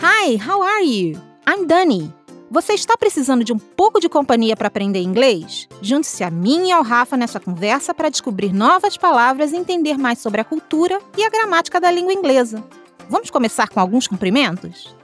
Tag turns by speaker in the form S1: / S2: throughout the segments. S1: Hi, how are you? I'm Dani. Você está precisando de um pouco de companhia para aprender inglês? Junte-se a mim e ao Rafa nessa conversa para descobrir novas palavras e entender mais sobre a cultura e a gramática da língua inglesa. Vamos começar com alguns cumprimentos?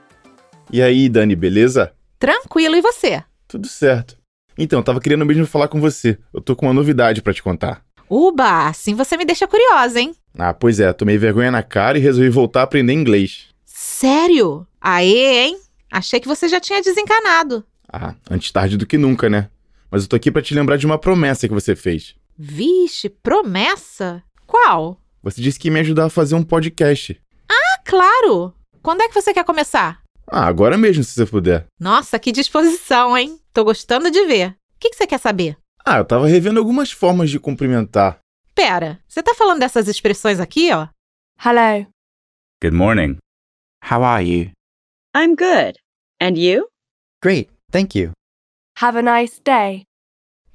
S2: E aí, Dani, beleza?
S3: Tranquilo, e você?
S2: Tudo certo. Então, eu tava querendo mesmo falar com você. Eu tô com uma novidade pra te contar.
S3: Uba, assim você me deixa curiosa, hein?
S2: Ah, pois é, tomei vergonha na cara e resolvi voltar a aprender inglês.
S3: Sério? Aê, hein? Achei que você já tinha desencanado.
S2: Ah, antes tarde do que nunca, né? Mas eu tô aqui pra te lembrar de uma promessa que você fez.
S3: Vixe, promessa? Qual?
S2: Você disse que ia me ajudar a fazer um podcast.
S3: Ah, claro! Quando é que você quer começar?
S2: Ah, agora mesmo, se você puder.
S3: Nossa, que disposição, hein? Tô gostando de ver. O que, que você quer saber?
S2: Ah, eu tava revendo algumas formas de cumprimentar.
S3: Pera, você tá falando dessas expressões aqui, ó?
S4: Hello.
S5: Good morning. How are you?
S6: I'm good. And you?
S7: Great, thank you.
S4: Have a nice day.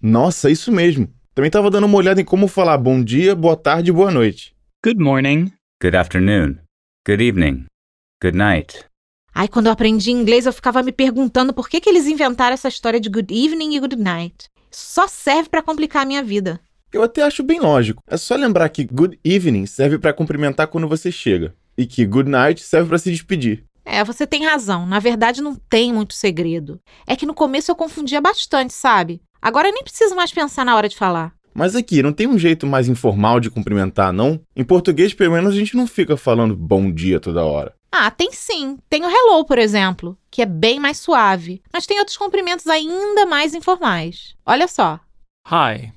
S2: Nossa, isso mesmo. Também tava dando uma olhada em como falar bom dia, boa tarde e boa noite.
S8: Good morning.
S5: Good afternoon. Good evening. Good night.
S3: Ai, quando eu aprendi inglês, eu ficava me perguntando por que, que eles inventaram essa história de good evening e good night. Só serve pra complicar a minha vida.
S2: Eu até acho bem lógico. É só lembrar que good evening serve pra cumprimentar quando você chega e que good night serve pra se despedir.
S3: É, você tem razão. Na verdade, não tem muito segredo. É que no começo eu confundia bastante, sabe? Agora eu nem preciso mais pensar na hora de falar.
S2: Mas aqui, não tem um jeito mais informal de cumprimentar, não? Em português, pelo menos, a gente não fica falando bom dia toda hora.
S3: Ah, tem sim. Tem o hello, por exemplo, que é bem mais suave. Mas tem outros cumprimentos ainda mais informais. Olha só.
S8: Hi.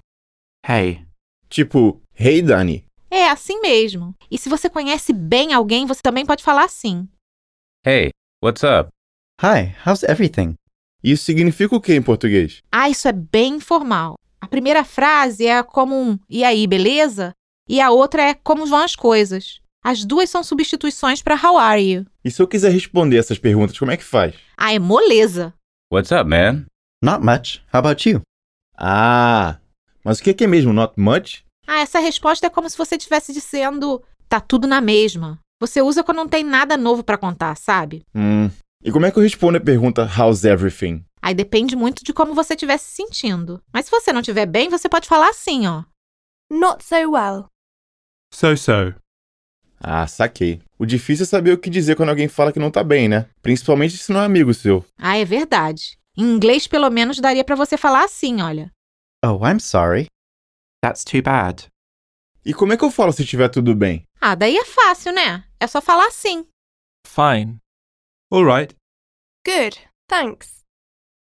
S5: Hey.
S2: Tipo, hey Dani.
S3: É assim mesmo. E se você conhece bem alguém, você também pode falar assim.
S5: Hey, what's up?
S7: Hi, how's everything?
S2: Isso significa o que em português?
S3: Ah, isso é bem informal. A primeira frase é como um e aí, beleza? E a outra é como vão as coisas. As duas são substituições para how are you.
S2: E se eu quiser responder essas perguntas, como é que faz?
S3: Ah, é moleza.
S5: What's up, man?
S7: Not much. How about you?
S2: Ah, mas o que que é mesmo not much?
S3: Ah, essa resposta é como se você estivesse dizendo tá tudo na mesma. Você usa quando não tem nada novo para contar, sabe?
S2: Hum. E como é que eu respondo a pergunta how's everything?
S3: Aí depende muito de como você estiver se sentindo. Mas se você não estiver bem, você pode falar assim, ó.
S4: Not so well.
S8: So so.
S2: Ah, saquei. O difícil é saber o que dizer quando alguém fala que não tá bem, né? Principalmente se não é amigo seu.
S3: Ah, é verdade. Em inglês, pelo menos, daria para você falar assim, olha.
S7: Oh, I'm sorry.
S5: That's too bad.
S2: E como é que eu falo se estiver tudo bem?
S3: Ah, daí é fácil, né? É só falar assim.
S8: Fine. All right.
S4: Good. Thanks.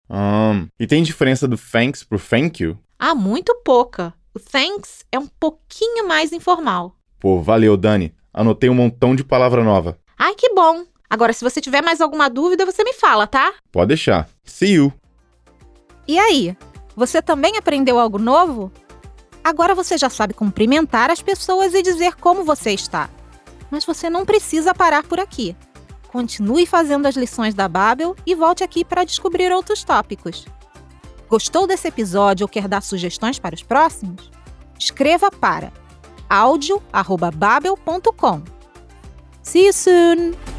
S2: Hum. E tem diferença do thanks pro thank you?
S3: Ah, muito pouca. O thanks é um pouquinho mais informal.
S2: Pô, valeu, Dani. Anotei um montão de palavra nova.
S3: Ai, que bom. Agora, se você tiver mais alguma dúvida, você me fala, tá?
S2: Pode deixar. See you.
S1: E aí, você também aprendeu algo novo? Agora você já sabe cumprimentar as pessoas e dizer como você está. Mas você não precisa parar por aqui. Continue fazendo as lições da Babel e volte aqui para descobrir outros tópicos. Gostou desse episódio ou quer dar sugestões para os próximos? Escreva para audio@babel.com. See you soon.